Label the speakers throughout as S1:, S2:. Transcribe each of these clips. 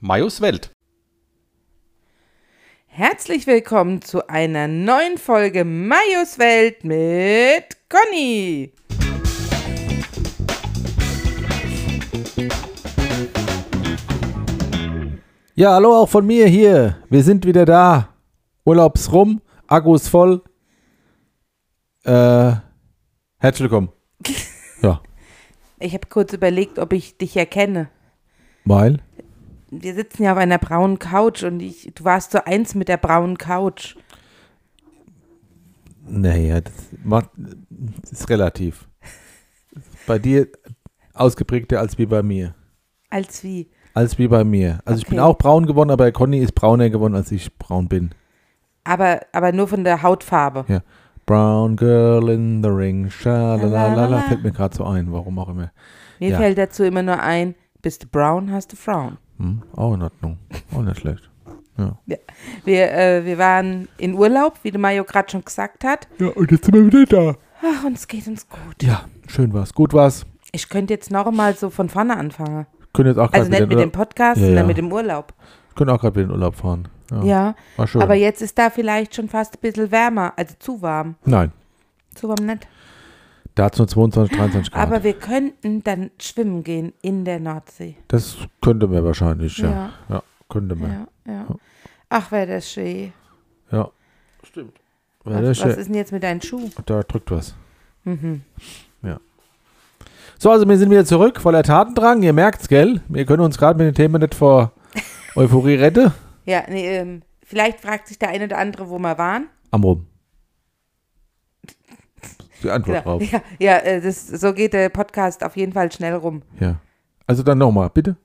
S1: Majos Welt.
S2: Herzlich willkommen zu einer neuen Folge Majos Welt mit Conny.
S3: Ja, hallo auch von mir hier. Wir sind wieder da. Urlaubs rum, Akku ist voll. Äh, herzlich willkommen. Ja,
S2: Ich habe kurz überlegt, ob ich dich erkenne.
S3: weil
S2: Wir sitzen ja auf einer braunen Couch und ich, du warst so eins mit der braunen Couch.
S3: Naja, das, macht, das ist relativ. Bei dir ausgeprägter als wie bei mir.
S2: Als wie?
S3: Als wie bei mir. Also ich bin
S2: Okay.
S3: auch braun geworden, aber Conny ist brauner geworden, als ich braun bin.
S2: Aber, aber nur von der Hautfarbe.
S3: Ja. Brown Girl in the Ring, schalalala,
S2: Lalalala.
S3: fällt mir gerade so ein, warum auch immer.
S2: Mir
S3: ja.
S2: fällt dazu immer nur ein, bist du brown, hast du Frauen.
S3: Hm, auch in Ordnung, auch nicht schlecht.
S2: Wir, äh, wir waren in Urlaub, wie der Mario gerade schon gesagt hat.
S3: Ja, und jetzt sind wir wieder da.
S2: Ach, uns geht uns gut.
S3: Ja, schön war's. Gut war's.
S2: Ich könnte jetzt noch mal so von vorne anfangen.
S3: Können jetzt auch gerade
S2: Also nicht
S3: wieder,
S2: mit
S3: in
S2: dem
S3: Urlaub-
S2: Podcast,
S3: Ja,
S2: sondern
S3: ja.
S2: mit dem Urlaub.
S3: können auch grad wieder in Urlaub fahren. Ja.
S2: Ja,
S3: War schön.
S2: aber jetzt ist da vielleicht schon fast ein bisschen wärmer. Also zu warm.
S3: Nein,
S2: Zu warm nicht.
S3: da hat's nur 22, 23 Grad.
S2: Aber wir könnten dann schwimmen gehen in der Nordsee.
S3: das könnte man wahrscheinlich, ja.
S2: Ja.
S3: Ja, könnte man.
S2: Ja, ja. Ach, wäre das schön.
S3: Ja. Stimmt.
S2: Was,
S3: Weil der
S2: was
S3: Chef,
S2: ist denn jetzt mit deinem Schuh? Mhm.
S3: da drückt was. Ja. So, also wir sind wieder zurück, voller Tatendrang. Ihr merkt's, gell? Wir können uns gerade mit den Themen nicht vor Euphorie retten.
S2: Ja, nee, ähm, vielleicht fragt sich der eine oder andere, wo wir waren.
S3: Am Rum. Die Antwort
S2: Ja,
S3: drauf.
S2: Genau. ja, ja äh, das, so geht der Podcast auf jeden Fall schnell rum.
S3: Ja. Also dann nochmal, bitte.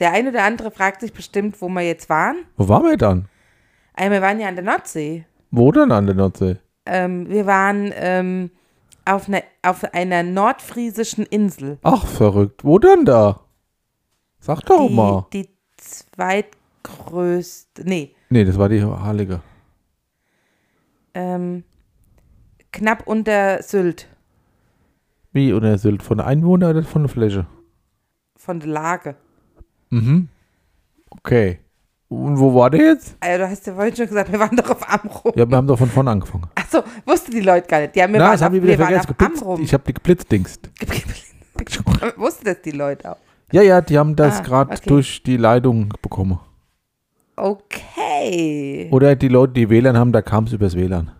S2: Der eine oder andere fragt sich bestimmt, wo wir jetzt waren.
S3: Wo waren wir dann?
S2: Also wir waren ja an der Nordsee.
S3: Wo denn an der Nordsee?
S2: Ähm, wir waren ähm, auf, einer, auf einer nordfriesischen Insel.
S3: Ach, verrückt. Wo denn da? Sag doch mal.
S2: Die, die zweitgrößte, nee,
S3: Nee, das war die Heilige.
S2: ähm, knapp unter Sylt
S3: Wie unter Sylt? Von der Einwohner oder von der Fläche?
S2: von der Lage.
S3: Mhm. Okay. Und wo war der jetzt?
S2: Also, du hast ja vorhin schon gesagt, wir waren doch auf Amrum.
S3: Ja, wir haben doch von vorne angefangen.
S2: Achso, wussten die Leute gar nicht. Ja, wir
S3: Na,
S2: waren
S3: das haben
S2: auf,
S3: wir wieder
S2: wir waren
S3: vergessen.
S2: auf
S3: Geblitzt.
S2: Amrum.
S3: Ich habe die geblitzdingst.
S2: wussten das die Leute auch.
S3: Ja, ja, die haben das
S2: Ah,
S3: gerade
S2: okay.
S3: durch die Leitung bekommen.
S2: Okay,
S3: Oder die Leute, die WLAN haben, da kam es übers WLAN.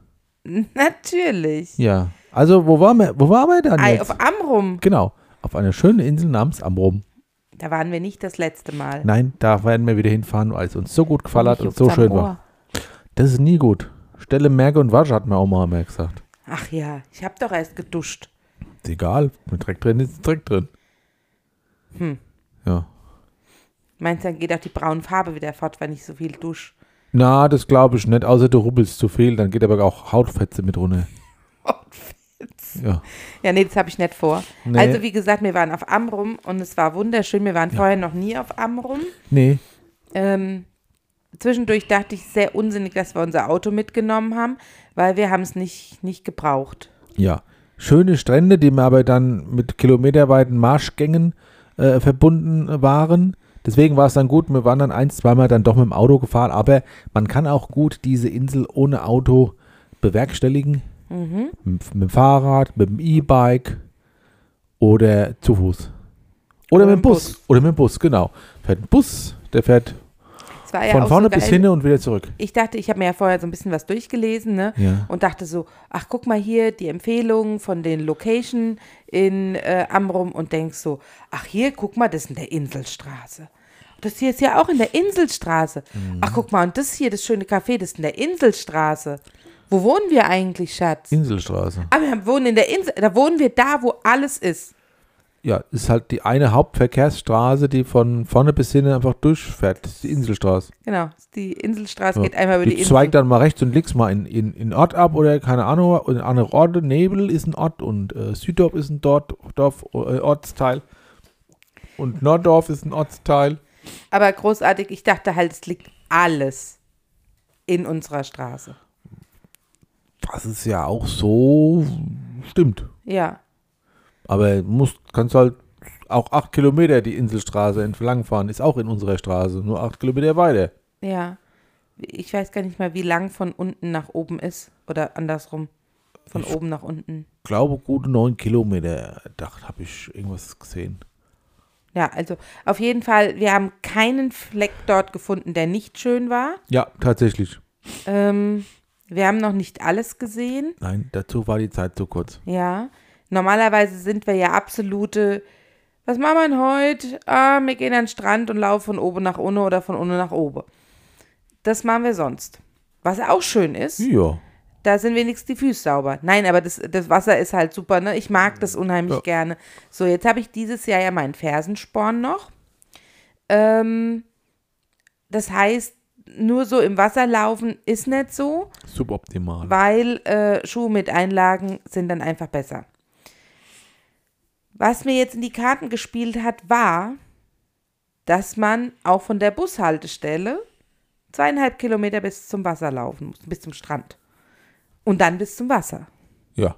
S2: natürlich.
S3: Ja. Also, wo waren wir, wo waren wir dann
S2: Ei,
S3: jetzt?
S2: auf Amrum,
S3: genau. Auf einer schönen Insel namens Amrum.
S2: da waren wir nicht das letzte Mal.
S3: Nein, da werden wir wieder hinfahren, weil es uns so gut gefallen hat
S2: Nicht
S3: und so
S2: auf
S3: schön war.
S2: Zamora.
S3: Das ist nie gut. Stelle Merke und Wasche hat mir auch mal mehr gesagt.
S2: Ach ja, ich habe doch erst geduscht.
S3: Ist egal, mit Dreck drin ist Dreck drin. Ja.
S2: Meinst du, dann geht auch die braune Farbe wieder fort, wenn ich so viel dusche?
S3: Na, das glaube ich nicht, außer du rubbelst zu viel, dann geht aber auch Hautfetze mit runter. Ja.
S2: Ja, nee, das habe ich nicht vor.
S3: Nee.
S2: Also, wie gesagt, wir waren auf Amrum und es war wunderschön. Wir waren vorher noch nie auf Amrum.
S3: Nee,
S2: Ähm, zwischendurch dachte ich, sehr unsinnig, dass wir unser Auto mitgenommen haben, weil wir haben es nicht, nicht gebraucht.
S3: ja. Schöne Strände, die mir aber dann mit kilometerweiten Marschgängen äh, verbunden waren. Deswegen war es dann gut, wir waren dann ein, zweimal dann doch mit dem Auto gefahren, aber man kann auch gut diese Insel ohne Auto bewerkstelligen. Mit, mit dem Fahrrad, mit dem E-Bike oder zu Fuß. Oder mit dem Bus. Oder mit dem Bus, genau. Fährt ein Bus, der fährt
S2: Es war ja
S3: von
S2: auch
S3: vorne
S2: so geil.
S3: bis hin und wieder zurück.
S2: Ich dachte, ich habe mir ja vorher so ein bisschen was durchgelesen, ne?
S3: Ja.
S2: Und dachte so, ach guck mal hier, die Empfehlungen von den Location in äh, Amrum und denkst so, ach hier, guck mal, das ist in der Inselstraße. Das hier ist ja auch in der Inselstraße.
S3: Mhm.
S2: Ach guck mal, und das hier, das schöne Café, das ist in der Inselstraße. Wo wohnen wir eigentlich, Schatz?
S3: Inselstraße.
S2: Ah, wir wohnen in der Insel, da wohnen wir da, wo alles ist.
S3: Ja, ist halt die eine Hauptverkehrsstraße, die von vorne bis hin einfach durchfährt. Das ist die Inselstraße.
S2: Genau, die Inselstraße
S3: Ja.
S2: geht einmal über die, Insel.
S3: zweigt dann mal rechts und links mal in, in, in Ort ab oder keine Ahnung, in andere Orte. Nebel ist ein Ort und äh, Süddorf ist ein Dort, Dorf, äh, Ortsteil. Und Norddorf ist ein Ortsteil.
S2: Aber großartig, ich dachte halt, es liegt alles in unserer Straße.
S3: Das ist ja auch so, stimmt.
S2: Ja.
S3: Aber musst, kannst halt auch acht Kilometer die Inselstraße entlang fahren, ist auch in unserer Straße, nur acht Kilometer weiter.
S2: Ja. Ich weiß gar nicht mal, wie lang von unten nach oben ist. Oder andersrum. Von oben nach unten.
S3: Glaube, gute neun Kilometer, dachte, habe ich irgendwas gesehen.
S2: Ja, also auf jeden Fall, wir haben keinen Fleck dort gefunden, der nicht schön war.
S3: Ja, tatsächlich.
S2: Ähm, wir haben noch nicht alles gesehen.
S3: Nein, dazu war die Zeit zu kurz.
S2: Ja. Normalerweise sind wir ja absolute. Was machen wir denn heute? Ah, wir gehen an den Strand und laufen von oben nach unten oder von unten nach oben. Das machen wir sonst. Was auch schön ist,
S3: Ja.
S2: da sind wenigstens die Füße sauber. Nein, aber das, das Wasser ist halt super, ne? Ich mag das unheimlich
S3: Ja.
S2: gerne. So, jetzt habe ich dieses Jahr ja meinen Fersensporn noch. Ähm, das heißt, nur so im Wasser laufen ist nicht so
S3: Suboptimal.
S2: weil äh, Schuhe mit Einlagen sind dann einfach besser. Was mir jetzt in die Karten gespielt hat, war, dass man auch von der Bushaltestelle zweieinhalb Kilometer bis zum Wasser laufen muss, bis zum Strand. Und dann bis zum Wasser.
S3: ja.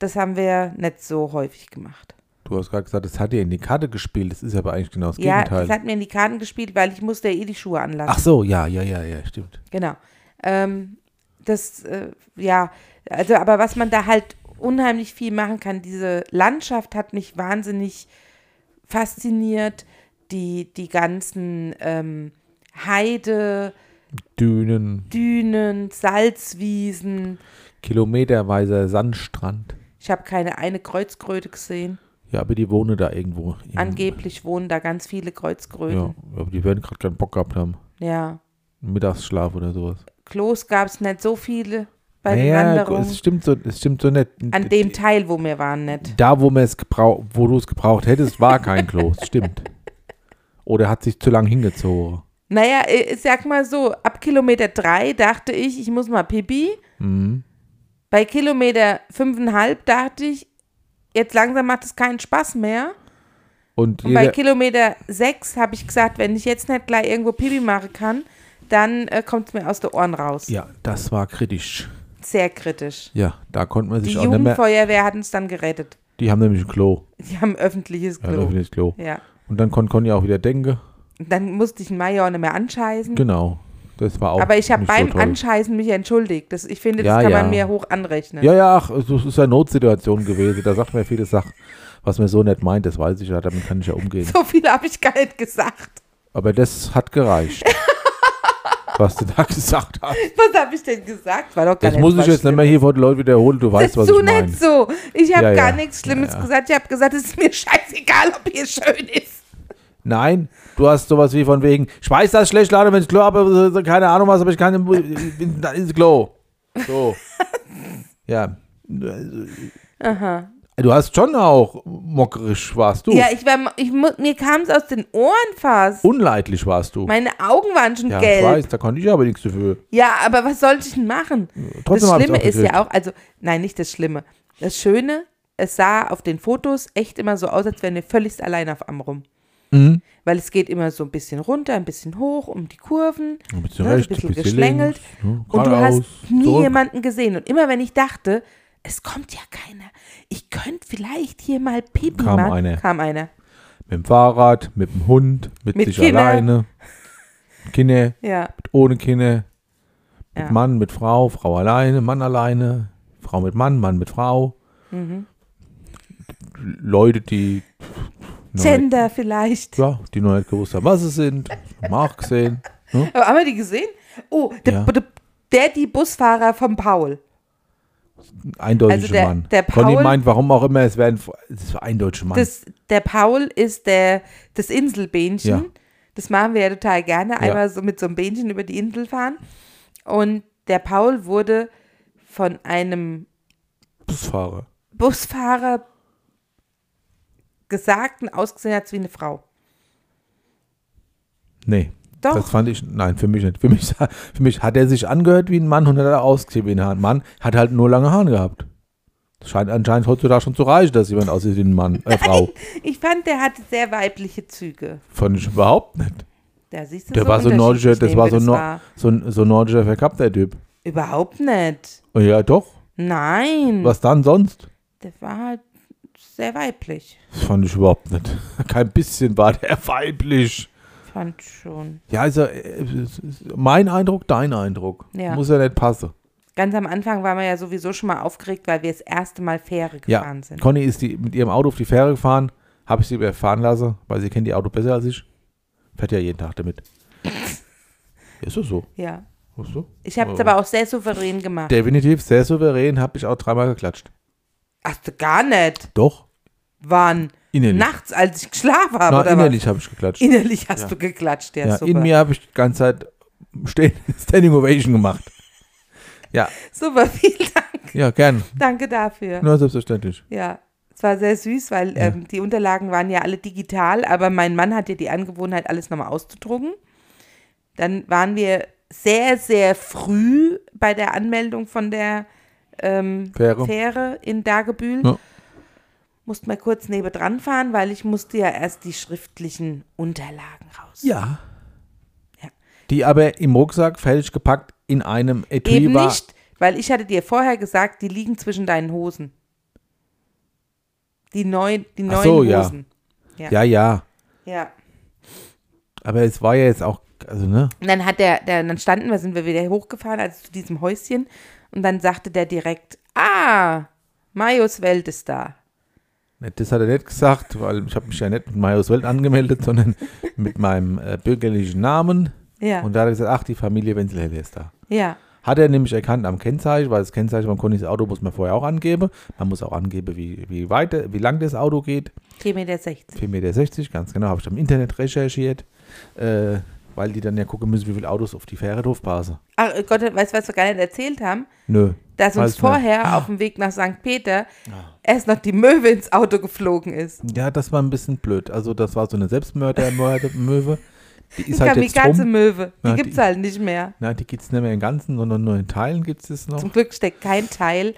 S2: Das haben wir nicht so häufig gemacht.
S3: Du hast gerade gesagt, das hat dir in die Karte gespielt. Das ist aber eigentlich genau das
S2: Ja, das
S3: Gegenteil.
S2: hat mir in die Karten gespielt, weil ich musste ja eh die Schuhe anlassen.
S3: Ach so, ja, ja, ja, ja, stimmt.
S2: Genau. Ähm, das, äh, ja, also, aber was man da halt unheimlich viel machen kann, diese Landschaft hat mich wahnsinnig fasziniert. Die, die ganzen ähm, Heide,
S3: Dünen,
S2: Dünen, Salzwiesen.
S3: kilometerweiser Sandstrand.
S2: Ich habe keine eine Kreuzkröte gesehen.
S3: Ja, aber die wohnen da irgendwo. im-
S2: Angeblich wohnen da ganz viele
S3: Ja,
S2: Kreuzkröten.
S3: aber die werden gerade keinen Bock gehabt haben.
S2: Ja.
S3: Mittagsschlaf oder sowas.
S2: Klos gab es nicht so viele bei den
S3: naja,
S2: Wanderungen.
S3: es stimmt so, es stimmt so nicht.
S2: An dem Teil, wo wir waren, nicht.
S3: Da, wo, man es gebrau- wo du es gebraucht hättest, war kein Klo. Das stimmt. Oder hat sich zu lang hingezogen.
S2: Naja, äh, ich ich sag mal so, ab Kilometer 3 dachte ich, ich muss mal pipi.
S3: Mhm.
S2: Bei Kilometer 5,5 dachte ich, jetzt langsam macht es keinen Spaß mehr.
S3: Und,
S2: Und bei
S3: jeder,
S2: Kilometer 6 habe ich gesagt, wenn ich jetzt nicht gleich irgendwo pipi machen kann, dann äh, kommt es mir aus den Ohren raus.
S3: ja, das war kritisch.
S2: Sehr kritisch.
S3: Ja, da konnte man sich
S2: Die
S3: auch nicht mehr.
S2: Jugendfeuerwehr hat uns dann gerettet.
S3: Die haben nämlich ein Klo.
S2: Die haben ein öffentliches
S3: Ja, ein
S2: Klo.
S3: öffentliches Klo.
S2: Ja.
S3: Und dann konnte Conny auch wieder denken.
S2: Und dann musste ich einen Major auch nicht mehr anscheißen.
S3: Genau. Das war auch.
S2: Aber ich habe
S3: nicht so
S2: beim
S3: toll.
S2: Anscheißen mich entschuldigt. Das, ich finde, das
S3: Ja,
S2: kann
S3: ja.
S2: man mir hoch anrechnen.
S3: Ja, ja, ach, es ist eine Notsituation gewesen. Da sagt man viele Sachen, was man so nicht meint. Das weiß ich ja, damit kann ich ja umgehen.
S2: So viel habe ich gar nicht gesagt.
S3: Aber das hat gereicht. was du da gesagt hast.
S2: Was habe ich denn gesagt? War doch gar
S3: Das muss ich jetzt nicht mehr hier vor den Leuten wiederholen. Du weißt,
S2: Das
S3: was
S2: ist so
S3: ich meine.
S2: nett so. Ich habe
S3: Ja,
S2: gar
S3: ja.
S2: nichts Schlimmes
S3: Ja, ja.
S2: gesagt. Ich habe gesagt, es ist mir scheißegal, ob hier schön ist.
S3: Nein, du hast sowas wie von wegen, ich weiß, dass ich schlecht lade, wenn ich Klo habe, aber so- keine Ahnung was, aber ich kann im- da ist Klo. So. ja. Du hast schon auch mockerisch warst du.
S2: Ja, ich war, ich, mu- mir kam es aus den Ohren fast.
S3: Unleidlich warst du.
S2: Meine Augen waren schon
S3: ja, ich
S2: gelb.
S3: weiß, da konnte ich aber nichts dafür.
S2: Ja, aber was sollte ich denn machen?
S3: trotzdem
S2: das
S3: hab ich's
S2: Schlimme ist
S3: aufgekriegt.
S2: ja auch, also, nein, nicht das Schlimme. Das Schöne, es sah auf den Fotos echt immer so aus, als wären wir völlig allein auf Amrum.
S3: Mhm.
S2: Weil es geht immer so ein bisschen runter, ein bisschen hoch, um die Kurven,
S3: Ein bisschen
S2: ne, so
S3: rechts,
S2: ein bisschen
S3: bisschen
S2: geschlängelt.
S3: links, ne,
S2: und du
S3: geradeaus,
S2: hast nie
S3: zurück.
S2: jemanden gesehen. Und immer wenn ich dachte, es kommt ja keiner, ich könnte vielleicht hier mal Pipi
S3: Kam
S2: machen,
S3: einer.
S2: kam einer.
S3: Mit dem Fahrrad, mit dem Hund, mit,
S2: Mit
S3: sich
S2: Kinder.
S3: alleine. Kinder,
S2: Ja,
S3: ohne Kinder. Mit
S2: Ja.
S3: Mann, mit Frau, Frau alleine, Mann alleine, Frau mit Mann, Mann mit Frau.
S2: Mhm.
S3: Leute, die noch nicht,
S2: Gender vielleicht.
S3: ja, die noch nicht gewusst haben, was es sind, mag sehen. Ne?
S2: Aber haben wir die gesehen? Oh, der,
S3: Ja.
S2: der, der die Busfahrer von Paul.
S3: Eindeutig
S2: Also der-
S3: Mann.
S2: der
S3: Conny
S2: Paul-
S3: meint, warum auch immer, es werden es war eindeutig Mann.
S2: Das, der Paul ist der, das Inselbähnchen.
S3: Ja.
S2: Das machen wir ja total gerne. Einmal so mit so einem Bähnchen über die Insel fahren. Und der Paul wurde von einem
S3: Busfahrer.
S2: Busfahrer gesagt und ausgesehen hat wie eine Frau.
S3: Nee.
S2: Doch.
S3: Das fand ich, nein, für mich nicht. Für mich, für mich hat er sich angehört wie ein Mann und hat er ausgesehen wie ein Mann, hat halt nur lange Haare gehabt. Das scheint anscheinend heutzutage schon zu reichen, dass jemand aussieht wie ein Mann, äh, Frau.
S2: Ich fand, der hatte sehr weibliche Züge.
S3: Fand ich überhaupt nicht.
S2: Da siehst du
S3: Der war so ein nordischer, das
S2: unterschiedlich
S3: war
S2: nehmen
S3: so ein
S2: wir das
S3: Nor-
S2: wahr.
S3: so ein so ein nordischer verkappter Typ. Oh
S2: Überhaupt nicht.
S3: Ja, doch.
S2: Nein.
S3: Was dann sonst?
S2: Der war halt sehr weiblich.
S3: Das fand ich überhaupt nicht. Kein bisschen war der weiblich.
S2: Fand schon.
S3: Ja, also äh, es ist mein Eindruck, dein Eindruck.
S2: Ja.
S3: Muss ja nicht passen.
S2: Ganz am Anfang waren wir ja sowieso schon mal aufgeregt, weil wir das erste Mal Fähre
S3: Ja,
S2: gefahren sind.
S3: Conny ist die, mit ihrem Auto auf die Fähre gefahren. Habe ich sie überfahren lassen, weil sie kennt ihr Auto besser als ich. Fährt ja jeden Tag damit. ist das so?
S2: Ja.
S3: Ist so?
S2: Ich habe es aber auch sehr souverän gemacht.
S3: Definitiv sehr souverän, habe ich auch dreimal geklatscht.
S2: Ach, du gar nicht.
S3: Doch,
S2: Wann?
S3: innerlich.
S2: Nachts, als ich geschlafen habe,
S3: Nein,
S2: oder
S3: innerlich habe ich
S2: was?
S3: geklatscht.
S2: Innerlich hast du geklatscht, ja,
S3: ja,
S2: super.
S3: in mir habe ich die ganze Zeit stehen, Standing Ovation gemacht. Ja,
S2: Super, vielen Dank.
S3: ja, gern.
S2: Danke dafür.
S3: Nur selbstverständlich.
S2: Ja, es war sehr süß, weil ähm, die Unterlagen waren ja alle digital, aber mein Mann hat ja die Angewohnheit, alles nochmal auszudrucken. Dann waren wir sehr, sehr früh bei der Anmeldung von der ähm,
S3: Fähre.
S2: Fähre in Dagebühl.
S3: Ja.
S2: Musste mal kurz nebendran fahren, weil ich musste ja erst die schriftlichen Unterlagen raus.
S3: Ja.
S2: Ja.
S3: Die aber im Rucksack fertig gepackt in einem Etui
S2: Eben
S3: war.
S2: nicht, weil ich hatte dir vorher gesagt, die liegen zwischen deinen Hosen. Die neuen, die
S3: Ach
S2: neuen
S3: so, ja.
S2: Hosen.
S3: Ja, ja.
S2: ja.
S3: Aber es war ja jetzt auch, also ne?
S2: Und dann hat der, der, dann standen wir, sind wir wieder hochgefahren, also zu diesem Häuschen. Und dann sagte der direkt, ah, Majos Welt ist da.
S3: Das hat er nicht gesagt, weil ich habe mich ja nicht mit Marius Welt angemeldet, sondern mit meinem äh, bürgerlichen Namen.
S2: Ja,
S3: Und da hat er gesagt, ach, die Familie Wenzel-Helle ist da.
S2: ja,
S3: Hat er nämlich erkannt am Kennzeichen, weil das Kennzeichen von Connys Auto muss man vorher auch angeben. Man muss auch angeben, wie, wie weit, wie lang das Auto geht.
S2: 4,60 Meter.
S3: 4,60 Meter, ganz genau, habe ich im Internet recherchiert, äh, weil die dann ja gucken müssen, wie viele Autos auf die Fähre drauf passen.
S2: Ach äh, Gott, weißt du, was wir gar nicht erzählt haben?
S3: Nö.
S2: Dass uns
S3: weiß nicht. Ah.
S2: vorher auf dem Weg nach St. Peter erst noch die Möwe ins Auto geflogen ist.
S3: Ja, das war ein bisschen blöd. Also, das war so eine Selbstmörder-Möwe. Die ist
S2: Die
S3: halt jetzt rum.
S2: Kamikaze-Möwe, die
S3: Ja,
S2: gibt's
S3: die-
S2: halt nicht mehr.
S3: Na, die gibt es nicht mehr im Ganzen, sondern nur in Teilen gibt es das noch.
S2: Zum Glück steckt kein Teil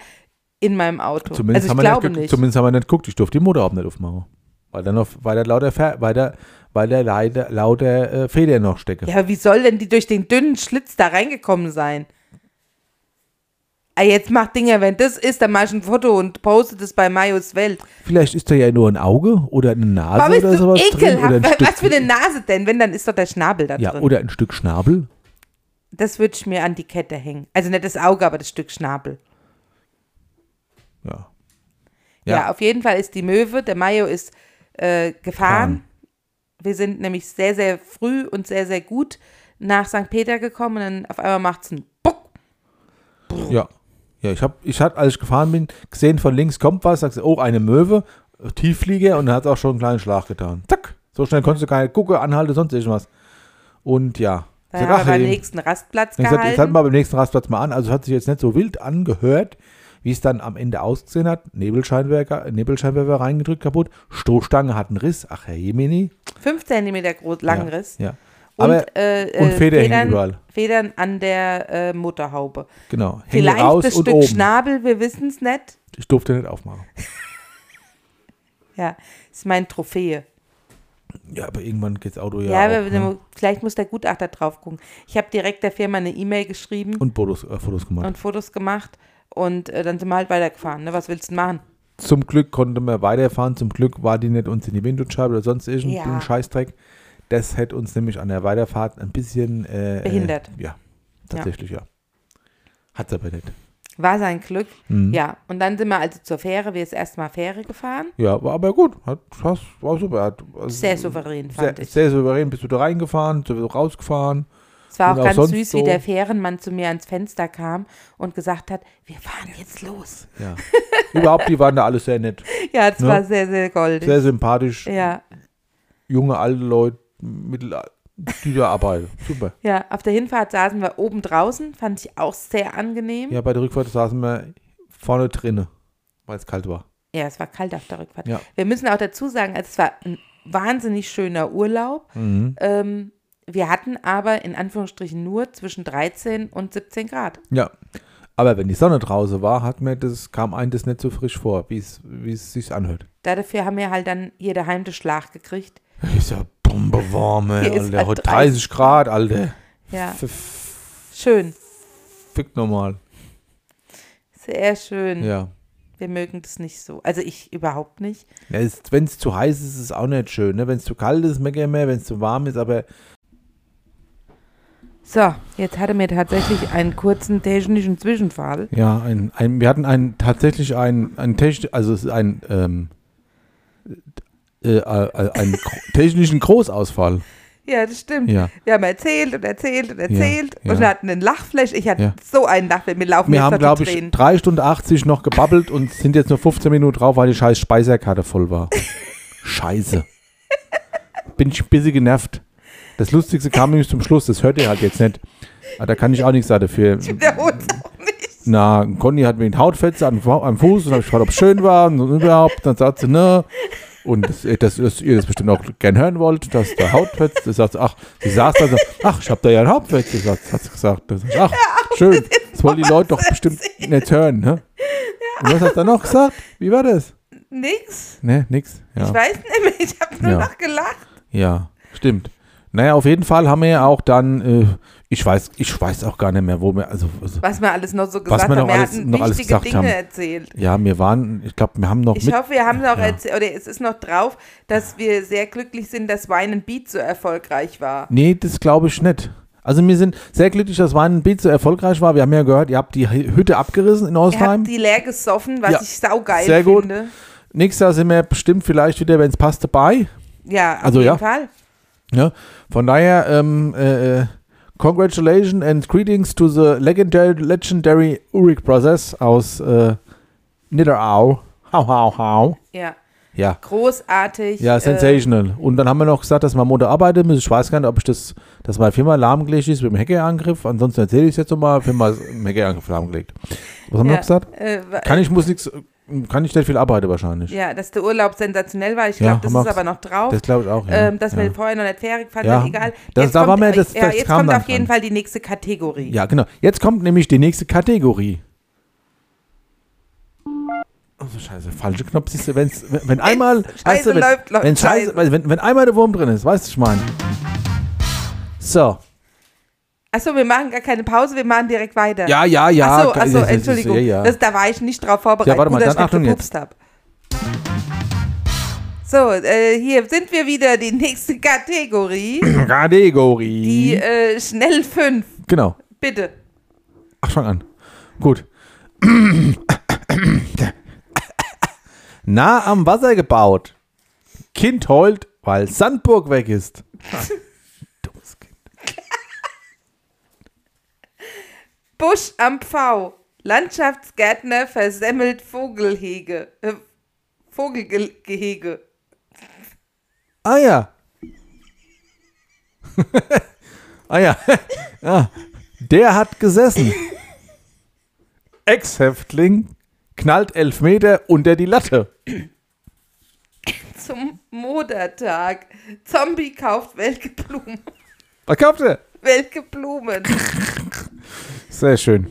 S2: in meinem Auto.
S3: Zumindest,
S2: also
S3: haben
S2: ich
S3: wir
S2: glaube
S3: nicht, ge-
S2: nicht.
S3: zumindest haben wir nicht geguckt. Ich durfte die Motor auch nicht aufmachen. Weil da noch, weil da lauter, Fer- weil da, weil da leider, lauter äh, Feder noch stecke.
S2: Ja, aber wie soll denn die durch den dünnen Schlitz da reingekommen sein? Ah, jetzt mach Dinger, wenn das ist, dann mach ich ein Foto und poste das bei Majos Welt.
S3: Vielleicht ist da ja nur ein Auge oder eine Nase
S2: Warum bist
S3: Also oder
S2: du
S3: sowas drin. Oder ein
S2: ekelhaft?
S3: Stück,
S2: Was für eine Nase denn? Wenn, dann ist doch der Schnabel da
S3: ja,
S2: drin.
S3: oder ein Stück Schnabel.
S2: Das würde ich mir an die Kette hängen. Also nicht das Auge, aber das Stück Schnabel.
S3: Ja.
S2: Ja,
S3: Ja.
S2: auf jeden Fall ist die Möwe, der Mayo ist äh, gefahren. Wir sind nämlich sehr, sehr früh und sehr, sehr gut nach St. Peter gekommen und dann auf einmal macht es einen Buck.
S3: Ja. Ja, ich habe, ich hatte, als ich gefahren bin, gesehen, von links kommt was, sagst du, oh, eine Möwe, äh, Tiefflieger und dann hat es auch schon einen kleinen Schlag getan. Zack. So schnell konntest du keine Gucke, anhalte, sonst irgendwas. Und ja. Ich
S2: Dann
S3: sag,
S2: haben wir beim
S3: ey,
S2: nächsten Rastplatz
S3: Ich gesagt,
S2: gehalten.
S3: jetzt halten wir beim nächsten Rastplatz mal an. Also hat sich jetzt nicht so wild angehört, wie es dann am Ende ausgesehen hat. Nebelscheinwerfer, Nebelscheinwerfer reingedrückt, kaputt. Stoßstange hat einen Riss. Ach, Herr Jemini.
S2: 5 cm groß, langen Riss.
S3: Ja.
S2: Und,
S3: Aber,
S2: äh, äh,
S3: und Feder hängen
S2: Federn,
S3: überall.
S2: Federn an der äh, Motorhaube.
S3: genau. Hänge
S2: Vielleicht
S3: raus
S2: das
S3: und
S2: Stück
S3: oben.
S2: Schnabel, wir wissen es nicht.
S3: Ich durfte nicht aufmachen.
S2: Ja, ist mein Trophäe.
S3: Ja, aber irgendwann geht's Auto ja.
S2: Ja,
S3: auch,
S2: aber
S3: ne?
S2: vielleicht muss der Gutachter drauf gucken. Ich habe direkt der Firma eine E-Mail geschrieben und,
S3: Und Fotos, äh, Fotos gemacht.
S2: Fotos gemacht und äh, dann sind wir halt weitergefahren. Ne? Was willst du denn machen?
S3: Zum Glück konnte man weiterfahren. Zum Glück war die nicht uns in die Windschutzscheibe oder sonst irgendein
S2: Ja.
S3: blöden Scheißdreck. Das hätte uns nämlich an der Weiterfahrt ein bisschen äh,
S2: Behindert.
S3: Äh, ja, tatsächlich, ja. Hat's aber nicht.
S2: War sein Glück.
S3: Mhm.
S2: Ja, und dann sind wir also zur Fähre. Wir sind erstmal Fähre gefahren.
S3: Ja, war aber gut. Hat, hast, war super. Hat, also
S2: Sehr souverän,
S3: sehr,
S2: fand ich.
S3: sehr souverän bist du da reingefahren, so rausgefahren.
S2: Es
S3: Und
S2: war auch
S3: auch
S2: ganz
S3: Genau, sonst
S2: süß, wie
S3: so.
S2: der Fährenmann zu mir ans Fenster kam und gesagt hat, wir fahren jetzt los.
S3: Ja. Überhaupt, die waren da alle sehr nett.
S2: Ja, es
S3: Ne?
S2: war sehr, sehr goldig.
S3: Sehr sympathisch.
S2: ja,
S3: Junge, alte Leute, mittel, die da arbeiten. Super.
S2: ja. Auf der Hinfahrt saßen wir oben draußen, fand ich auch sehr angenehm. Ja,
S3: Ja, bei der Rückfahrt saßen wir vorne drinnen, weil es kalt war.
S2: es war kalt auf der Rückfahrt.
S3: Ja.
S2: Wir müssen auch dazu sagen, also es war ein wahnsinnig schöner Urlaub.
S3: Mhm.
S2: Ähm, wir hatten aber in Anführungsstrichen nur zwischen 13 und 17 Grad.
S3: Ja. Aber wenn die Sonne draußen war, hat mir das, kam einem das nicht so frisch vor, wie es wie es sich anhört.
S2: Dafür haben wir halt dann hier daheim den Schlag gekriegt.
S3: Ist ja Bombe warm, ey,
S2: Hier ist
S3: Alter.
S2: halt
S3: Heute
S2: 30
S3: 30 Grad, Alter.
S2: Ja,
S3: Verfickt
S2: schön,
S3: normal.
S2: sehr schön.
S3: Ja.
S2: Wir mögen das nicht so. Also ich überhaupt nicht.
S3: Ja, wenn es zu heiß ist, ist es auch nicht schön. Ne? Wenn es zu kalt ist, merke ich mehr. Wenn es zu warm ist, aber
S2: So, jetzt hatte mir tatsächlich einen kurzen technischen Zwischenfall.
S3: ja, ein, ein, wir hatten einen, tatsächlich einen, einen Techn, also es ist ein, ähm, äh, äh, einen gro technischen Großausfall.
S2: Ja, das stimmt.
S3: Ja.
S2: Wir haben erzählt und erzählt und erzählt
S3: ja.
S2: und hatten einen Lachflash. Ich hatte
S3: Ja.
S2: so einen Lachflash. Mir laufen
S3: Wir
S2: jetzt
S3: haben,
S2: noch
S3: glaube
S2: die Tränen.
S3: ich, 3 Stunden 80 noch gebabbelt und sind jetzt nur 15 Minuten drauf, weil die scheiß Speisekarte voll war. Scheiße. Bin ich ein bisschen genervt. Das Lustigste kam nämlich zum Schluss, das hört ihr halt jetzt nicht. Aber da kann ich auch nichts sagen dafür.
S2: Der Hund auch nicht.
S3: Na, Conny hat mir den Hautfetzer am, Fa- am Fuß und hab ich gefragt, ob es schön war und überhaupt. Dann sagt sie, ne. Und das, äh, das, das, ihr das bestimmt auch gern hören wollt, dass der Hautfetzer, das sagt sie, ach, sie saß da so, ach, ich hab da ja einen Hautfetzer, sagt, hat sie gesagt. Das, ach, schön, das wollen die Leute doch bestimmt nicht hören, ne? Und was hast du dann noch gesagt? Wie war das?
S2: Nix.
S3: Ne, nix. Ja,
S2: Ich weiß nicht mehr. Ich habe nur
S3: Ja.
S2: noch gelacht.
S3: ja stimmt. Naja, auf jeden Fall haben wir ja auch dann, äh, ich weiß, ich weiß auch gar nicht mehr, wo wir, also, also
S2: Was wir alles noch so
S3: Was
S2: gesagt
S3: wir
S2: haben.
S3: noch
S2: Wir
S3: alles-
S2: hatten
S3: noch alles
S2: wichtige
S3: gesagt
S2: Dinge
S3: haben.
S2: erzählt.
S3: ja, wir waren, ich glaube, wir haben noch
S2: Ich
S3: mit,
S2: hoffe, wir haben noch
S3: Ja.
S2: erzählt, oder es ist noch drauf, dass wir sehr glücklich sind, dass Wine and Beat so erfolgreich war.
S3: Nee, das glaube ich nicht. Also wir sind sehr glücklich, dass Wein Beat so erfolgreich war. Wir haben ja gehört, ihr habt die Hütte abgerissen in
S2: Ihr habt
S3: Ostheim.
S2: die leer gesoffen, was
S3: Ja.
S2: ich saugeil
S3: Sehr gut.
S2: finde.
S3: Nächstes Jahr sind wir bestimmt vielleicht wieder, wenn es passt, dabei.
S2: Ja, auf
S3: Also,
S2: jeden
S3: ja.
S2: Fall.
S3: Ja. Von daher, ähm, äh, äh, congratulations and greetings to the legendary, legendary Ulrich Brothers aus äh, Niederau. Hau, hau, hau.
S2: Ja,
S3: Ja.
S2: großartig.
S3: Ja,
S2: äh,
S3: sensational. Und dann haben wir noch gesagt, dass wir am Montag arbeiten müssen. Ich weiß gar nicht, ob ich das, dass meine Firma lahmgelegt ist mit dem Hackerangriff. Ansonsten erzähle ich es jetzt nochmal. Firma ist im Hackerangriff lahmgelegt. Was haben wir
S2: ja,
S3: noch gesagt?
S2: Äh, wa-
S3: Kann ich, muss nichts, kann ich nicht viel arbeiten wahrscheinlich.
S2: ja, dass der Urlaub sensationell war. Ich
S3: Ja,
S2: glaube,
S3: haben
S2: das
S3: wir
S2: ist aber noch drauf.
S3: Das glaube ich auch. Ja.
S2: ähm, dass
S3: ja.
S2: wir vorher noch nicht fertig fanden,
S3: Ja,
S2: egal.
S3: das-
S2: jetzt
S3: da war
S2: kommt,
S3: mir das-
S2: ja,
S3: das
S2: jetzt
S3: kam
S2: kommt
S3: dann
S2: auf jeden
S3: dran.
S2: Fall die nächste Kategorie.
S3: ja, genau. Jetzt kommt nämlich die nächste Kategorie. Also scheiße, falsche Knopf, siehst du, wenn's, wenn, wenn einmal, weißt du, wenn,
S2: läuft, läuft
S3: wenn, scheiße,
S2: scheiße.
S3: weil wenn, wenn einmal der Wurm drin ist, weißt du, was ich meine. So,
S2: Achso, wir machen gar keine Pause, wir machen direkt weiter.
S3: ja, ja, ja.
S2: Achso,
S3: Das
S2: achso,
S3: ist- das ist- eh,
S2: Entschuldigung.
S3: ja, ja.
S2: Das, da war ich nicht drauf vorbereitet,
S3: Ja, warte mal,
S2: gut, dass
S3: dann
S2: ich nicht
S3: Achtung
S2: gepupst hab. So, äh, hier sind wir wieder, die nächste Kategorie.
S3: Kategorie.
S2: Die äh, schnell 5,
S3: genau.
S2: bitte.
S3: Ach, fang an. Gut. Nah am Wasser gebaut. Kind heult, weil Sandburg weg ist. Dummes Kind.
S2: Busch am Pfau. Landschaftsgärtner versemmelt Vogelhege. Äh, Vogelgehege.
S3: Ah ja. ah ja. ja. Der hat gesessen. Ex-Häftling knallt elf Meter unter die Latte.
S2: Zum Modertag. Zombie kauft welke Blumen.
S3: Was kauft er?
S2: Welke Blumen.
S3: Sehr schön.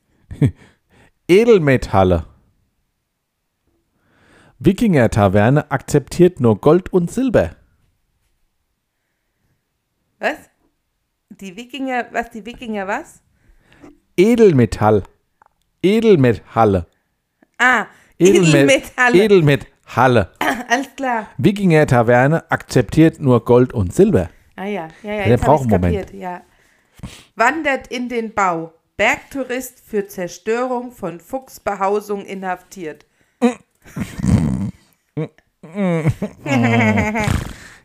S3: Edelmetalle. Wikinger-Taverne akzeptiert nur Gold und Silber.
S2: Was? Die Wikinger, was? Die Wikinger was?
S3: Edelmetall. Edelmetalle.
S2: Ah,
S3: Edelme-
S2: Edelmetalle.
S3: Edelmetalle.
S2: Alles klar.
S3: Wikinger-Taverne akzeptiert nur Gold und Silber.
S2: Ah ja, ja, ja.
S3: Der
S2: Jetzt
S3: braucht
S2: habe ich
S3: einen Moment.
S2: kapiert. Ja. Wandert in den Bau. Bergtourist für Zerstörung von Fuchsbehausung inhaftiert.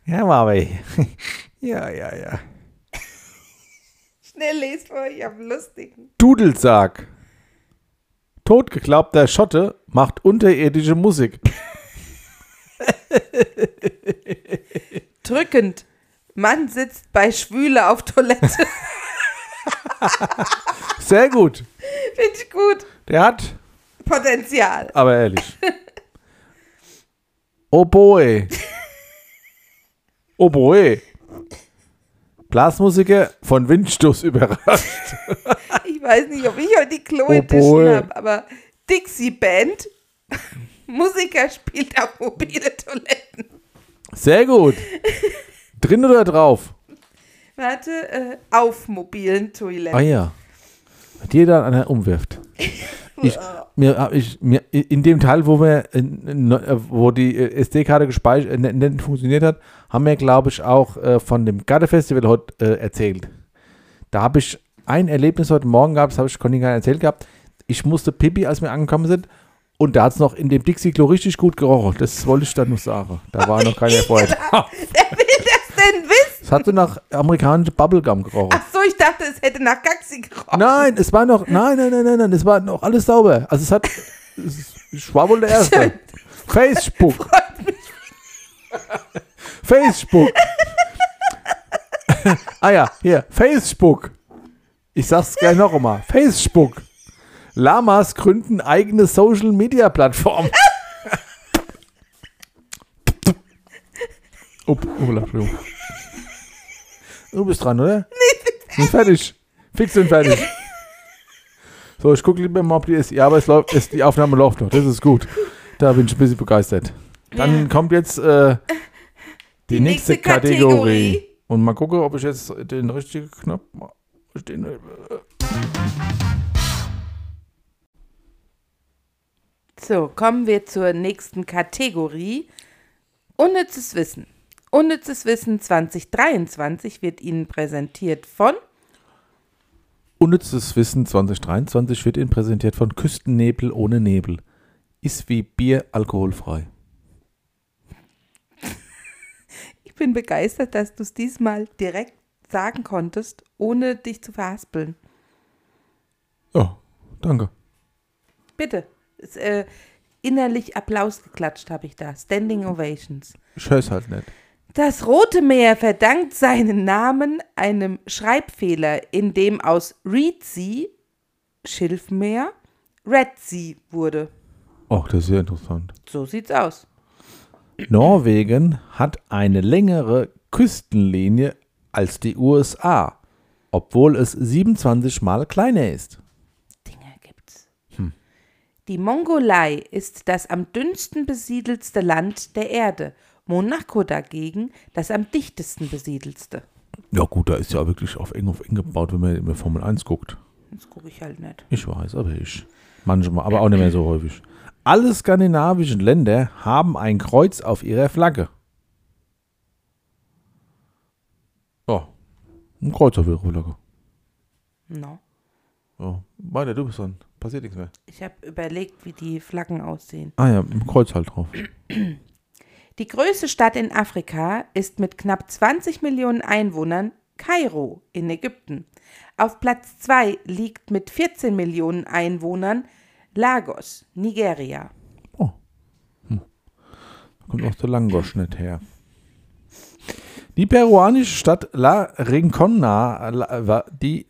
S3: Ja, Marvey. ja, ja, ja.
S2: Schnell lest vor, ich am lustigen.
S3: Dudelsack. Totgeglaubter Schotte macht unterirdische Musik.
S2: Drückend. Mann sitzt bei Schwüle auf Toilette.
S3: Sehr gut.
S2: Finde ich gut.
S3: Der hat
S2: Potenzial.
S3: aber ehrlich. Oboe. Oboe. Blasmusiker von Windstoß überrascht.
S2: Ich weiß nicht, ob ich heute die Chloe
S3: Obwohl.
S2: Edition habe, aber Dixie Band. Musiker spielt auf mobile Toiletten.
S3: Sehr gut. Drin oder drauf?
S2: Warte, äh, auf mobilen Toiletten.
S3: Ah ja. Dir dann einer umwirft. Ich, mir, hab ich, mir, in dem Teil, wo wir, in- in- wo die äh, SD-Karte gespeichert, äh, nicht- nicht funktioniert hat, haben wir, glaube ich, auch äh, von dem Garde-Festival heute äh, erzählt. Da habe ich ein Erlebnis heute Morgen gehabt, das habe ich Conny gar nicht erzählt gehabt. Ich musste Pipi, als wir angekommen sind, und da hat es noch in dem Dixie-Klo richtig gut gerochen. Das wollte ich dann nur sagen. Da war noch keiner erfreut.
S2: Wer will das denn wissen?
S3: Es hatte nach amerikanischem Bubblegum gerochen.
S2: Ach so, ich dachte, es hätte nach Gaxi gerochen.
S3: Nein, es war noch, nein, nein, nein, nein, nein, es war noch alles sauber. Also es hat, es, ich war wohl der Erste.
S2: Schön.
S3: Facebook. Facebook. ah ja, hier, Facebook. Ich sag's gleich noch einmal. Facebook. Lamas gründen eigene Social Media Plattform. Up, Ulla, Entschuldigung. Du bist dran, oder? Nee, ich bin fertig. Fix und fertig. So, ich gucke lieber mal, ob die ist. Ja, aber es läuft, es, die Aufnahme läuft noch. Das ist gut. Da bin ich ein bisschen begeistert. Dann kommt jetzt äh, die, nächste,
S2: nächste
S3: Kategorie.
S2: Kategorie.
S3: Und mal gucken, ob ich jetzt den richtigen Knopf. Den,
S2: So, kommen wir zur nächsten Kategorie. Unnützes Wissen. Unnützes Wissen 2023 wird Ihnen präsentiert von
S3: Unnützes Wissen 2023 wird Ihnen präsentiert von Küstennebel ohne Nebel. Ist wie Bier alkoholfrei.
S2: Ich bin begeistert, dass du es diesmal direkt sagen konntest, ohne dich zu verhaspeln.
S3: Ja, danke.
S2: Bitte. Es, äh, innerlich Applaus geklatscht habe ich da. Standing Ovations.
S3: Ich hör's halt nicht.
S2: Das Rote Meer verdankt seinen Namen einem Schreibfehler, in dem aus Red Sea, Schilfmeer, Red Sea wurde.
S3: Ach, das ist ja interessant.
S2: So sieht's aus.
S3: Norwegen hat eine längere Küstenlinie als die USA, obwohl es 27 Mal kleiner ist.
S2: Dinge gibt's. Die Mongolei ist das am dünnsten besiedelste Land der Erde. Monaco dagegen das am dichtesten besiedelste.
S3: Ja gut, da ist ja wirklich auf eng auf eng gebaut, wenn man in der Formel 1 guckt.
S2: Das gucke ich halt nicht.
S3: Ich weiß, aber ich. Manchmal, aber auch nicht mehr so häufig. Alle skandinavischen Länder haben ein Kreuz auf ihrer Flagge. Ja, ein Kreuz auf ihrer Flagge.
S2: No.
S3: Ja, weiter, du bist dran. Passiert nichts mehr.
S2: Ich habe überlegt, wie die Flaggen aussehen.
S3: Ah ja, ein Kreuz halt drauf.
S2: Die größte Stadt in Afrika ist mit knapp 20 Millionen Einwohnern Kairo in Ägypten. Auf Platz 2 liegt mit 14 Millionen Einwohnern Lagos, Nigeria.
S3: Kommt auch der Langoschnitt her. Die peruanische Stadt La Rincona, la, wa- die,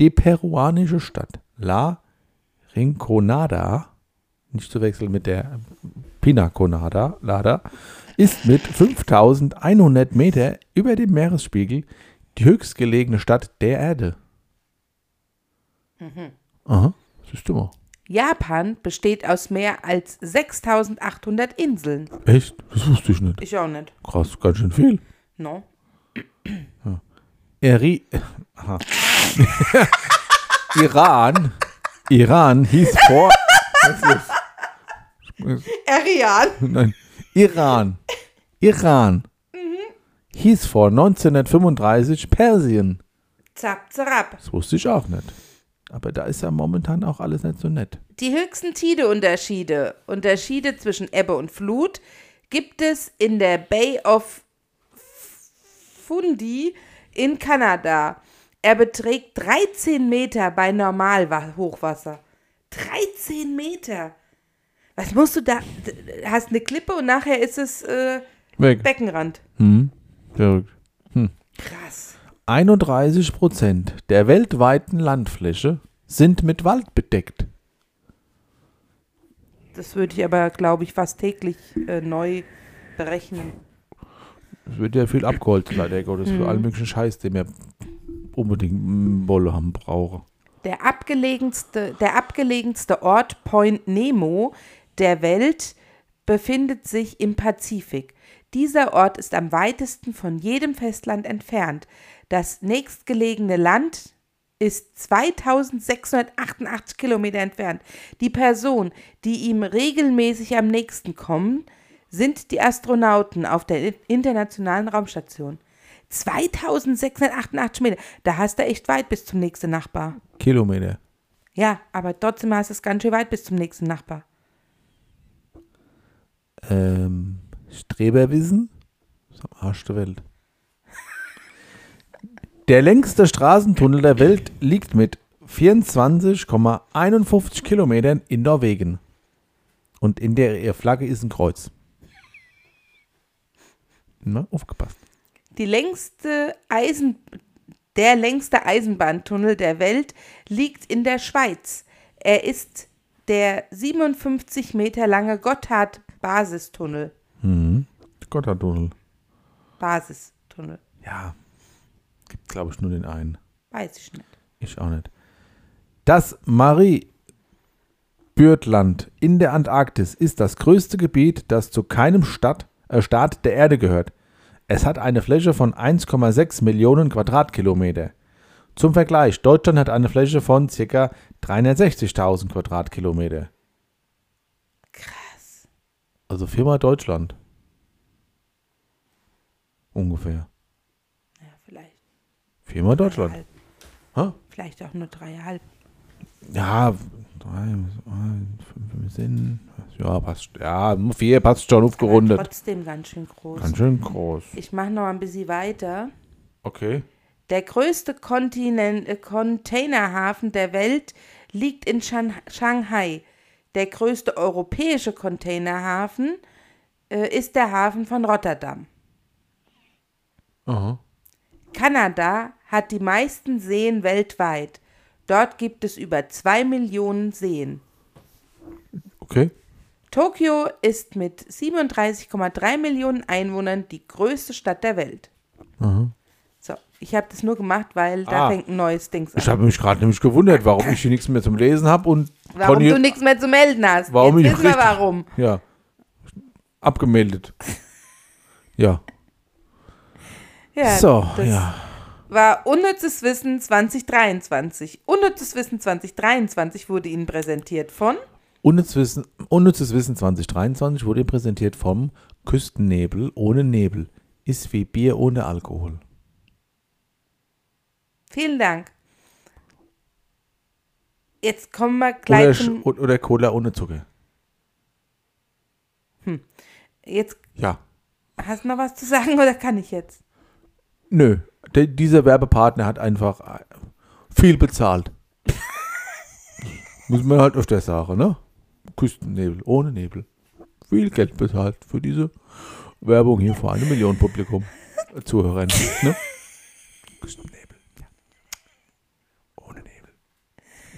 S3: die peruanische Stadt La Rinconada, nicht zu wechseln mit der Pina Colada, Lada, ist mit 5100 Meter über dem Meeresspiegel die höchstgelegene Stadt der Erde. Aha, siehst du mal.
S2: Japan besteht aus mehr als 6800 Inseln.
S3: Echt? Das wusste ich nicht.
S2: Ich auch nicht.
S3: Krass, ganz schön viel.
S2: No.
S3: Eri Aha. Iran. Iran hieß vor.
S2: Arian.
S3: Nein. Iran. Iran. Hieß vor 1935 Persien.
S2: Zap, zap.
S3: Das wusste ich auch nicht. Aber da ist ja momentan auch alles nicht so nett.
S2: Die höchsten Tideunterschiede, Unterschiede zwischen Ebbe und Flut, gibt es in der Bay of Fundy in Kanada. Er beträgt 13 Meter bei Normalhochwasser. 13 Meter! Was musst du da? d- Hast eine Klippe und nachher ist es äh,
S3: Weg.
S2: Beckenrand.
S3: Verrückt.
S2: Krass.
S3: 31 Prozent der weltweiten Landfläche sind mit Wald bedeckt.
S2: Das würde ich aber, glaube ich, fast täglich äh, neu berechnen.
S3: Es wird ja viel abgeholzt, leider Gottes, für allen möglichen Scheiß, den wir unbedingt Wolle haben brauchen.
S2: Der abgelegenste, der abgelegenste Ort Point Nemo der Welt befindet sich im Pazifik. Dieser Ort ist am weitesten von jedem Festland entfernt. Das nächstgelegene Land ist 2688 Kilometer entfernt. Die Person, die ihm regelmäßig am nächsten kommen, sind die Astronauten auf der Internationalen Raumstation. 2688 Meter. Da hast du echt weit bis zum nächsten Nachbar.
S3: Kilometer.
S2: Ja, aber trotzdem hast du es ganz schön weit bis zum nächsten Nachbar.
S3: Ähm, Streberwissen? Das ist am Arsch der Welt. Der längste Straßentunnel der Welt liegt mit 24,51 Kilometern in Norwegen. Und in der ihrer Flagge ist ein Kreuz. Na, aufgepasst.
S2: Die längste Eisen, der längste Eisenbahntunnel der Welt liegt in der Schweiz. Er ist der 57 Meter lange Gotthard-Basistunnel.
S3: Gotthardtunnel.
S2: Basistunnel.
S3: Ja. Gibt, glaube ich, nur den einen.
S2: Weiß ich nicht.
S3: Ich auch nicht. Das Marie Bürtland in der Antarktis ist das größte Gebiet, das zu keinem Stadt, äh, Staat der Erde gehört. Es hat eine Fläche von 1,6 Millionen Quadratkilometer. Zum Vergleich, Deutschland hat eine Fläche von ca. 360.000 Quadratkilometer.
S2: Krass.
S3: Also viermal Deutschland. Ungefähr.
S2: Ja, vielleicht.
S3: Viermal Deutschland.
S2: Halb.
S3: Ha?
S2: Vielleicht auch nur dreieinhalb.
S3: Ja, drei, eins, fünf sind. Ja, passt. Ja, vier passt schon
S2: Aber
S3: aufgerundet.
S2: trotzdem ganz schön groß.
S3: Ganz schön groß.
S2: ich mache noch ein bisschen weiter.
S3: Okay.
S2: Der größte Kontinent, äh, Containerhafen der Welt liegt in Shan Shanghai. Der größte europäische Containerhafen äh, ist der Hafen von Rotterdam.
S3: Aha.
S2: Kanada hat die meisten Seen weltweit. Dort gibt es über zwei Millionen Seen.
S3: Okay.
S2: Tokio ist mit 37,3 Millionen Einwohnern die größte Stadt der Welt. So, ich habe das nur gemacht, weil da
S3: Mhm. Ah.
S2: fängt ein neues Ding an.
S3: Ich habe mich gerade nämlich gewundert, warum ich hier nichts mehr zum Lesen habe und
S2: Warum
S3: Conny-
S2: du nichts mehr zu melden hast.
S3: warum
S2: Jetzt
S3: ich
S2: wissen wir
S3: richtig-
S2: warum.
S3: Ja. Abgemeldet. Ja.
S2: Ja,
S3: so,
S2: das
S3: ja.
S2: war unnützes Wissen 2023. Unnützes Wissen 2023 wurde Ihnen präsentiert von
S3: Unnützes Wissen, Unnützes Wissen 2023 wurde Ihnen präsentiert vom Küstennebel ohne Nebel. Ist wie Bier ohne Alkohol.
S2: Vielen Dank. Jetzt kommen wir
S3: Oder,
S2: gleich
S3: Sch-
S2: zum,
S3: oder Cola ohne Zucker.
S2: jetzt
S3: Ja.
S2: hast du noch was zu sagen oder kann ich jetzt?
S3: Nö, der, dieser Werbepartner hat einfach äh, viel bezahlt. Muss man halt öfter sagen, ne? Küstennebel, ohne Nebel. Viel Geld bezahlt für diese Werbung hier vor einem Million Publikum, äh, Zuhörern. Ne? Küstennebel, ja. Ohne Nebel.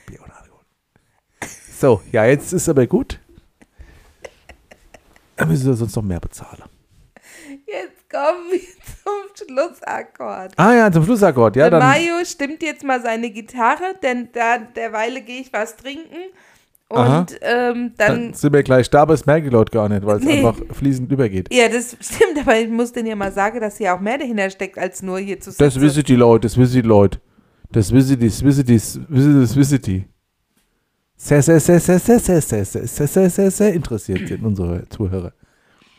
S3: Bier ohne Alkohol. So, ja, jetzt ist aber gut. Da müssen wir sonst noch mehr bezahlen.
S2: Jetzt kommen wir zum Schlussakkord.
S3: Ah ja, zum Schlussakkord. Ja,
S2: der
S3: dann.
S2: Mario stimmt jetzt mal seine Gitarre, denn da derweile gehe ich was trinken.
S3: Aha.
S2: Und ähm,
S3: Dann
S2: dann.
S3: sind wir gleich da, aber es merken die Leute gar nicht, weil es
S2: Nee.
S3: einfach fließend übergeht.
S2: Ja, das stimmt, aber ich muss denen ja mal sagen, dass hier auch mehr dahinter steckt, als nur hier zu
S3: Das
S2: sitzen.
S3: wissen die Leute, das wissen die Leute. Das wissen die, das wissen die, das wissen die, das wissen die. Sehr, sehr, sehr, sehr, sehr, sehr, sehr, sehr, sehr, sehr, sehr, sehr interessiert sind unsere Zuhörer.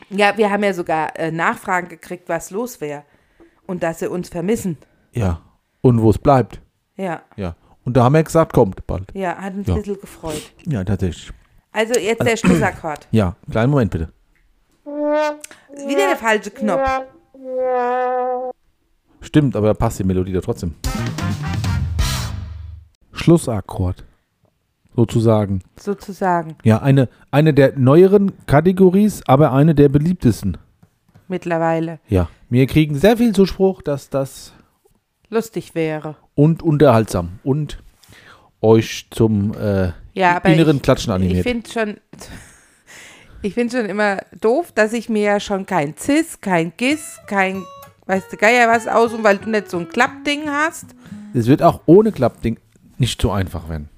S2: Ja, wir haben ja sogar äh, Nachfragen gekriegt, was los wäre. Und dass sie uns vermissen.
S3: Ja. Und wo es bleibt.
S2: Ja,
S3: Ja. Und da haben wir gesagt, kommt bald.
S2: ja, hat uns
S3: Ja.
S2: ein bisschen gefreut.
S3: Ja, tatsächlich.
S2: Also jetzt der Schlussakkord.
S3: Ja, kleinen Moment bitte.
S2: Wieder der falsche Knopf.
S3: Stimmt, aber da passt die Melodie doch trotzdem. Schlussakkord. Sozusagen.
S2: Sozusagen.
S3: Ja, eine, eine der neueren Kategories, aber eine der beliebtesten.
S2: Mittlerweile.
S3: Ja. Wir kriegen sehr viel Zuspruch, dass das
S2: Lustig wäre.
S3: und unterhaltsam und euch zum äh,
S2: Ja, aber
S3: inneren
S2: ich-
S3: Klatschen
S2: Ich
S3: animiert.
S2: finde schon. Ich finde schon immer doof, dass ich mir ja schon kein Cis, kein Gis, kein weißt du Geier was aus und weil du nicht so ein Klappding hast.
S3: Es wird auch ohne Klappding nicht so einfach werden.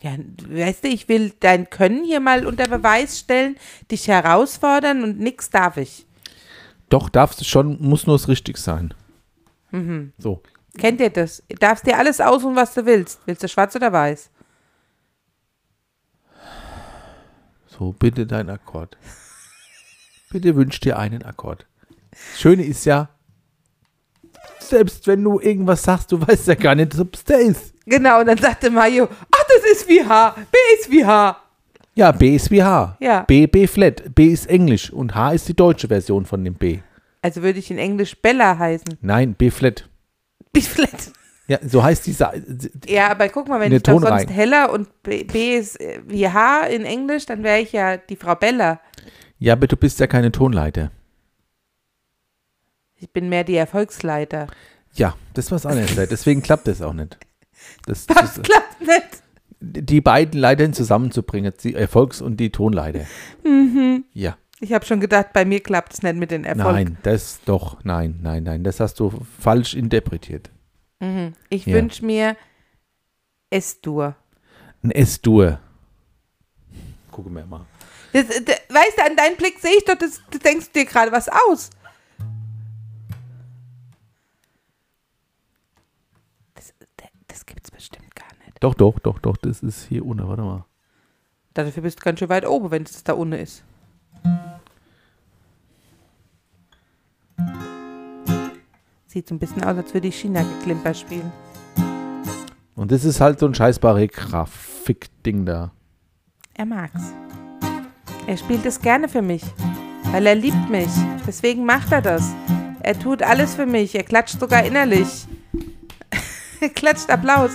S2: Ja, weißt du, ich will dein Können hier mal unter Beweis stellen, dich herausfordern und nix darf ich. Mhm.
S3: Doch, darfst du schon, muss nur das richtig sein. So.
S2: Kennt ihr das? Du darfst dir alles aussuchen, was du willst. Willst du schwarz oder weiß?
S3: So, bitte dein Akkord. Bitte wünsch dir einen Akkord. Das Schöne ist ja, selbst wenn du irgendwas sagst, du weißt ja gar nicht, ob es der ist.
S2: Genau, und dann sagte Mario, ach, das ist wie H, B ist wie H.
S3: Ja, B ist wie H.
S2: Ja.
S3: B, B flat. B ist Englisch und H ist die deutsche Version von dem B.
S2: Also würde ich in Englisch Bella heißen.
S3: Nein, B flat.
S2: Biflet.
S3: Ja, so heißt dieser.
S2: Ja, aber guck mal, wenn
S3: Eine
S2: ich doch sonst
S3: Tonreihe.
S2: heller und B, B ist äh, wie H in Englisch, dann wäre ich ja die Frau Bella.
S3: Ja, aber du bist ja keine Tonleiter.
S2: Ich bin mehr die Erfolgsleiter.
S3: Ja, das ist was anderes. Deswegen klappt das auch nicht. Das,
S2: Das
S3: das,
S2: klappt nicht.
S3: die beiden Leitern zusammenzubringen, die Erfolgs- und die Tonleiter. Ja.
S2: Ich habe schon gedacht, bei mir klappt es nicht mit den Mhm. Erfolg.
S3: Nein, das doch, nein, nein, nein, das hast du falsch interpretiert.
S2: Ich
S3: Ja.
S2: wünsche mir S-Dur.
S3: Ein S-Dur. Gucken wir mal.
S2: Das, das, weißt du, an deinem Blick sehe ich doch, das, du denkst dir gerade was aus. Das, das gibt's bestimmt gar nicht.
S3: Doch, doch, doch, doch, das ist hier unten, warte mal.
S2: Dafür bist du ganz schön weit oben, wenn es da unten ist. Sieht so ein bisschen aus, als würde ich China geklimper spielen.
S3: Und das ist halt so ein scheißbare Grafikding da.
S2: Er mag's. Er spielt es gerne für mich, weil er liebt mich. Deswegen macht er das. Er tut alles für mich. Er klatscht sogar innerlich. er klatscht Applaus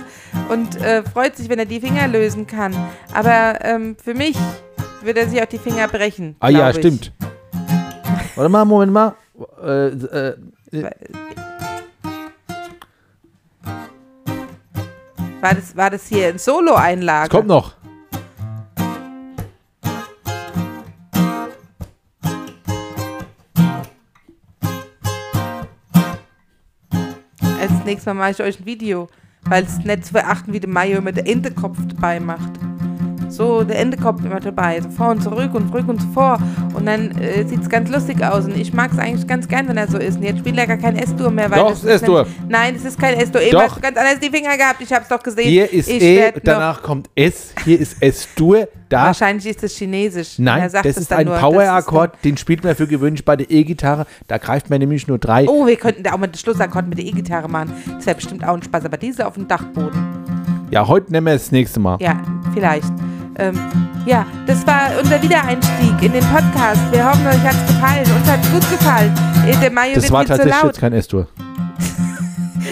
S2: und äh, freut sich, wenn er die Finger lösen kann. Aber ähm, für mich wird er sich auch die Finger brechen.
S3: Ah ja,
S2: glaub ich.
S3: stimmt. Warte mal, Moment mal. Äh, äh,
S2: War das, war das hier in Solo-Einlage?
S3: es kommt noch.
S2: Als nächstes Mal mache ich euch ein Video, weil es nicht zu verachten, wie der Mayo immer den Endekopf dabei macht. So, der Endekopf immer dabei, so vor und zurück und zurück und vor. Und dann äh, sieht es ganz lustig aus. Und ich mag es eigentlich ganz gern, wenn er so ist. Und jetzt spielt er gar kein S-Dur mehr. Weil
S3: Doch,
S2: das ist
S3: S-Dur.
S2: nämlich- Nein, es ist kein S-Dur. Eben
S3: Doch.
S2: hast du ganz anders die Finger gehabt. Ich hab's doch gesehen.
S3: Hier ist
S2: ich
S3: E,
S2: werd noch-
S3: danach kommt S, hier ist S-Dur, da.
S2: Wahrscheinlich ist es Chinesisch. Und
S3: Nein,
S2: er sagt
S3: das
S2: es
S3: ist
S2: dann
S3: ein
S2: nur,
S3: Power-Akkord, den spielt man für gewöhnlich bei der E-Gitarre. Da greift man nämlich nur drei.
S2: das ist- Oh, wir könnten da auch mal den Schlussakkord mit der E-Gitarre machen. Das wäre bestimmt auch ein Spaß. Aber diese auf dem Dachboden.
S3: Ja, heute nehmen wir es das nächste Mal.
S2: Ja, vielleicht. Ähm, ja, das war unser Wiedereinstieg in den Podcast. Wir hoffen, euch hat es gefallen. Uns hat es gut gefallen. Äh, Der Mario
S3: Das
S2: wird
S3: war
S2: mir zu
S3: tatsächlich
S2: laut.
S3: jetzt kein S-Dur.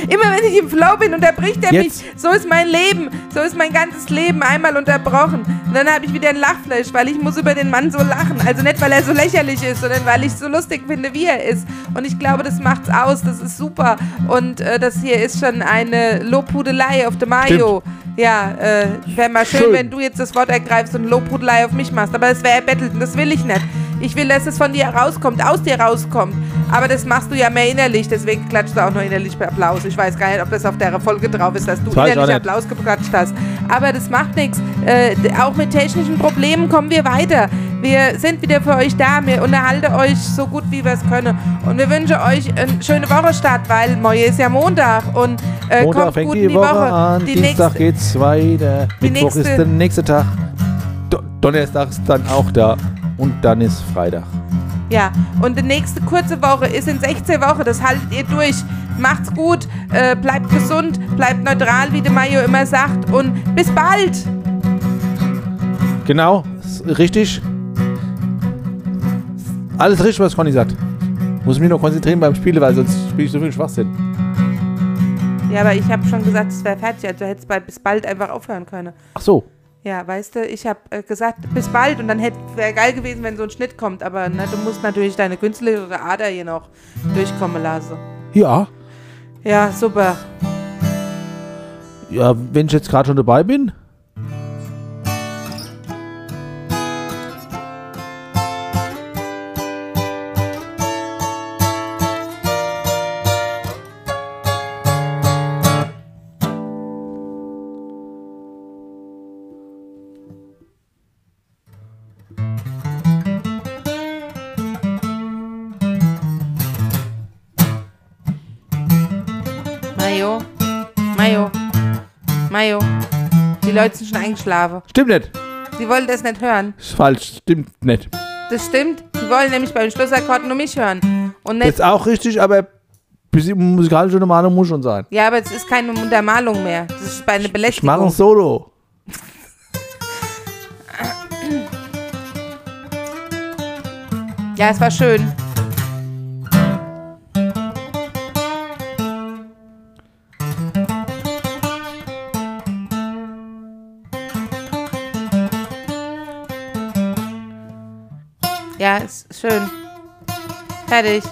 S2: Immer wenn ich im Flow bin, unterbricht er
S3: Jetzt.
S2: mich. So ist mein Leben. So ist mein ganzes Leben einmal unterbrochen. Und dann habe ich wieder ein Lachfleisch, weil ich muss über den Mann so lachen. Also nicht, weil er so lächerlich ist, sondern weil ich es so lustig finde, wie er ist. Und ich glaube, das macht's aus. Das ist super. Und äh, das hier ist schon eine Lobhudelei auf dem Mario. Ja, äh, wäre mal schön,
S3: Schön.
S2: wenn du jetzt das Wort ergreifst und Lobhudelei auf mich machst. Aber das wäre erbettelt und das will ich nicht. Ich will, dass es von dir rauskommt, aus dir rauskommt. Aber das machst du ja mehr innerlich, deswegen klatschst du auch nur innerlich bei Applaus. Ich weiß gar nicht, ob das auf der Folge drauf ist, dass du
S3: Das weiß ich
S2: innerlich
S3: auch nicht.
S2: Applaus geklatscht hast. Aber das macht nichts. Äh, d- auch mit technischen Problemen kommen wir weiter. Wir sind wieder für euch da. Wir unterhalten euch so gut, wie wir es können. Und wir wünschen euch eine schöne Woche statt, weil Moje ist ja Montag. und äh,
S3: Montag
S2: kommt
S3: fängt
S2: gut
S3: die,
S2: in die
S3: Woche an,
S2: Die
S3: Dienstag
S2: nächste-
S3: geht's weiter,
S2: die
S3: Mittwoch
S2: nächste-
S3: ist der nächste Tag, Do Donnerstag ist dann auch da und dann ist Freitag.
S2: Ja, und die nächste kurze Woche ist in 16 Wochen. Das haltet ihr durch. Macht's gut, äh, bleibt gesund, bleibt neutral, wie der Mayo immer sagt. Und bis bald!
S3: Genau, ist richtig. Alles richtig, was Conny sagt. Muss mich nur konzentrieren beim Spielen, weil sonst spiele ich so viel Schwachsinn.
S2: Ja, aber ich habe schon gesagt, es wäre fertig. Also hättest bei bis bald einfach aufhören können.
S3: Ach so,
S2: Ja, weißt du, ich habe äh, gesagt, bis bald. Und dann wäre geil gewesen, wenn so ein Schnitt kommt. Aber ne, du musst natürlich deine künstlerische Ader hier noch durchkommen lassen.
S3: ja.
S2: Ja, super.
S3: Ja, wenn ich jetzt gerade schon dabei bin.
S2: Mayo, Mayo. Mayo. Die Leute sind schon eingeschlafen.
S3: Stimmt nicht.
S2: Sie wollen das nicht hören.
S3: Ist falsch. Stimmt nicht.
S2: Das stimmt. Sie wollen nämlich beim Schlussakkord nur mich hören. Und
S3: Das ist
S2: nicht.
S3: auch richtig, aber bisschen musikalische Normalung muss schon sein.
S2: Ja, aber es ist keine Untermalung mehr. Das ist bei einer
S3: Ich mache ein
S2: Belästigung.
S3: Solo.
S2: Ja, es war schön. Ja, ist schön. Fertig.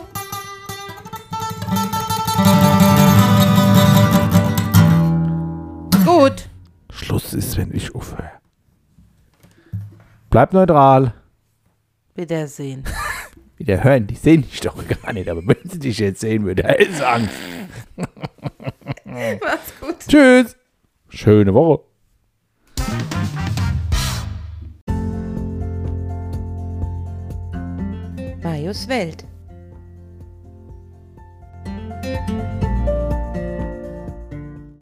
S2: Gut.
S3: Schluss ist, wenn ich aufhöre.
S4: Bleib neutral.
S2: Wiedersehen.
S3: Wieder hören, die sehen dich doch gar nicht, aber wenn sie dich jetzt sehen würde, da ist Angst.
S2: Mach's gut.
S3: Tschüss. Schöne Woche.
S2: Marius Welt.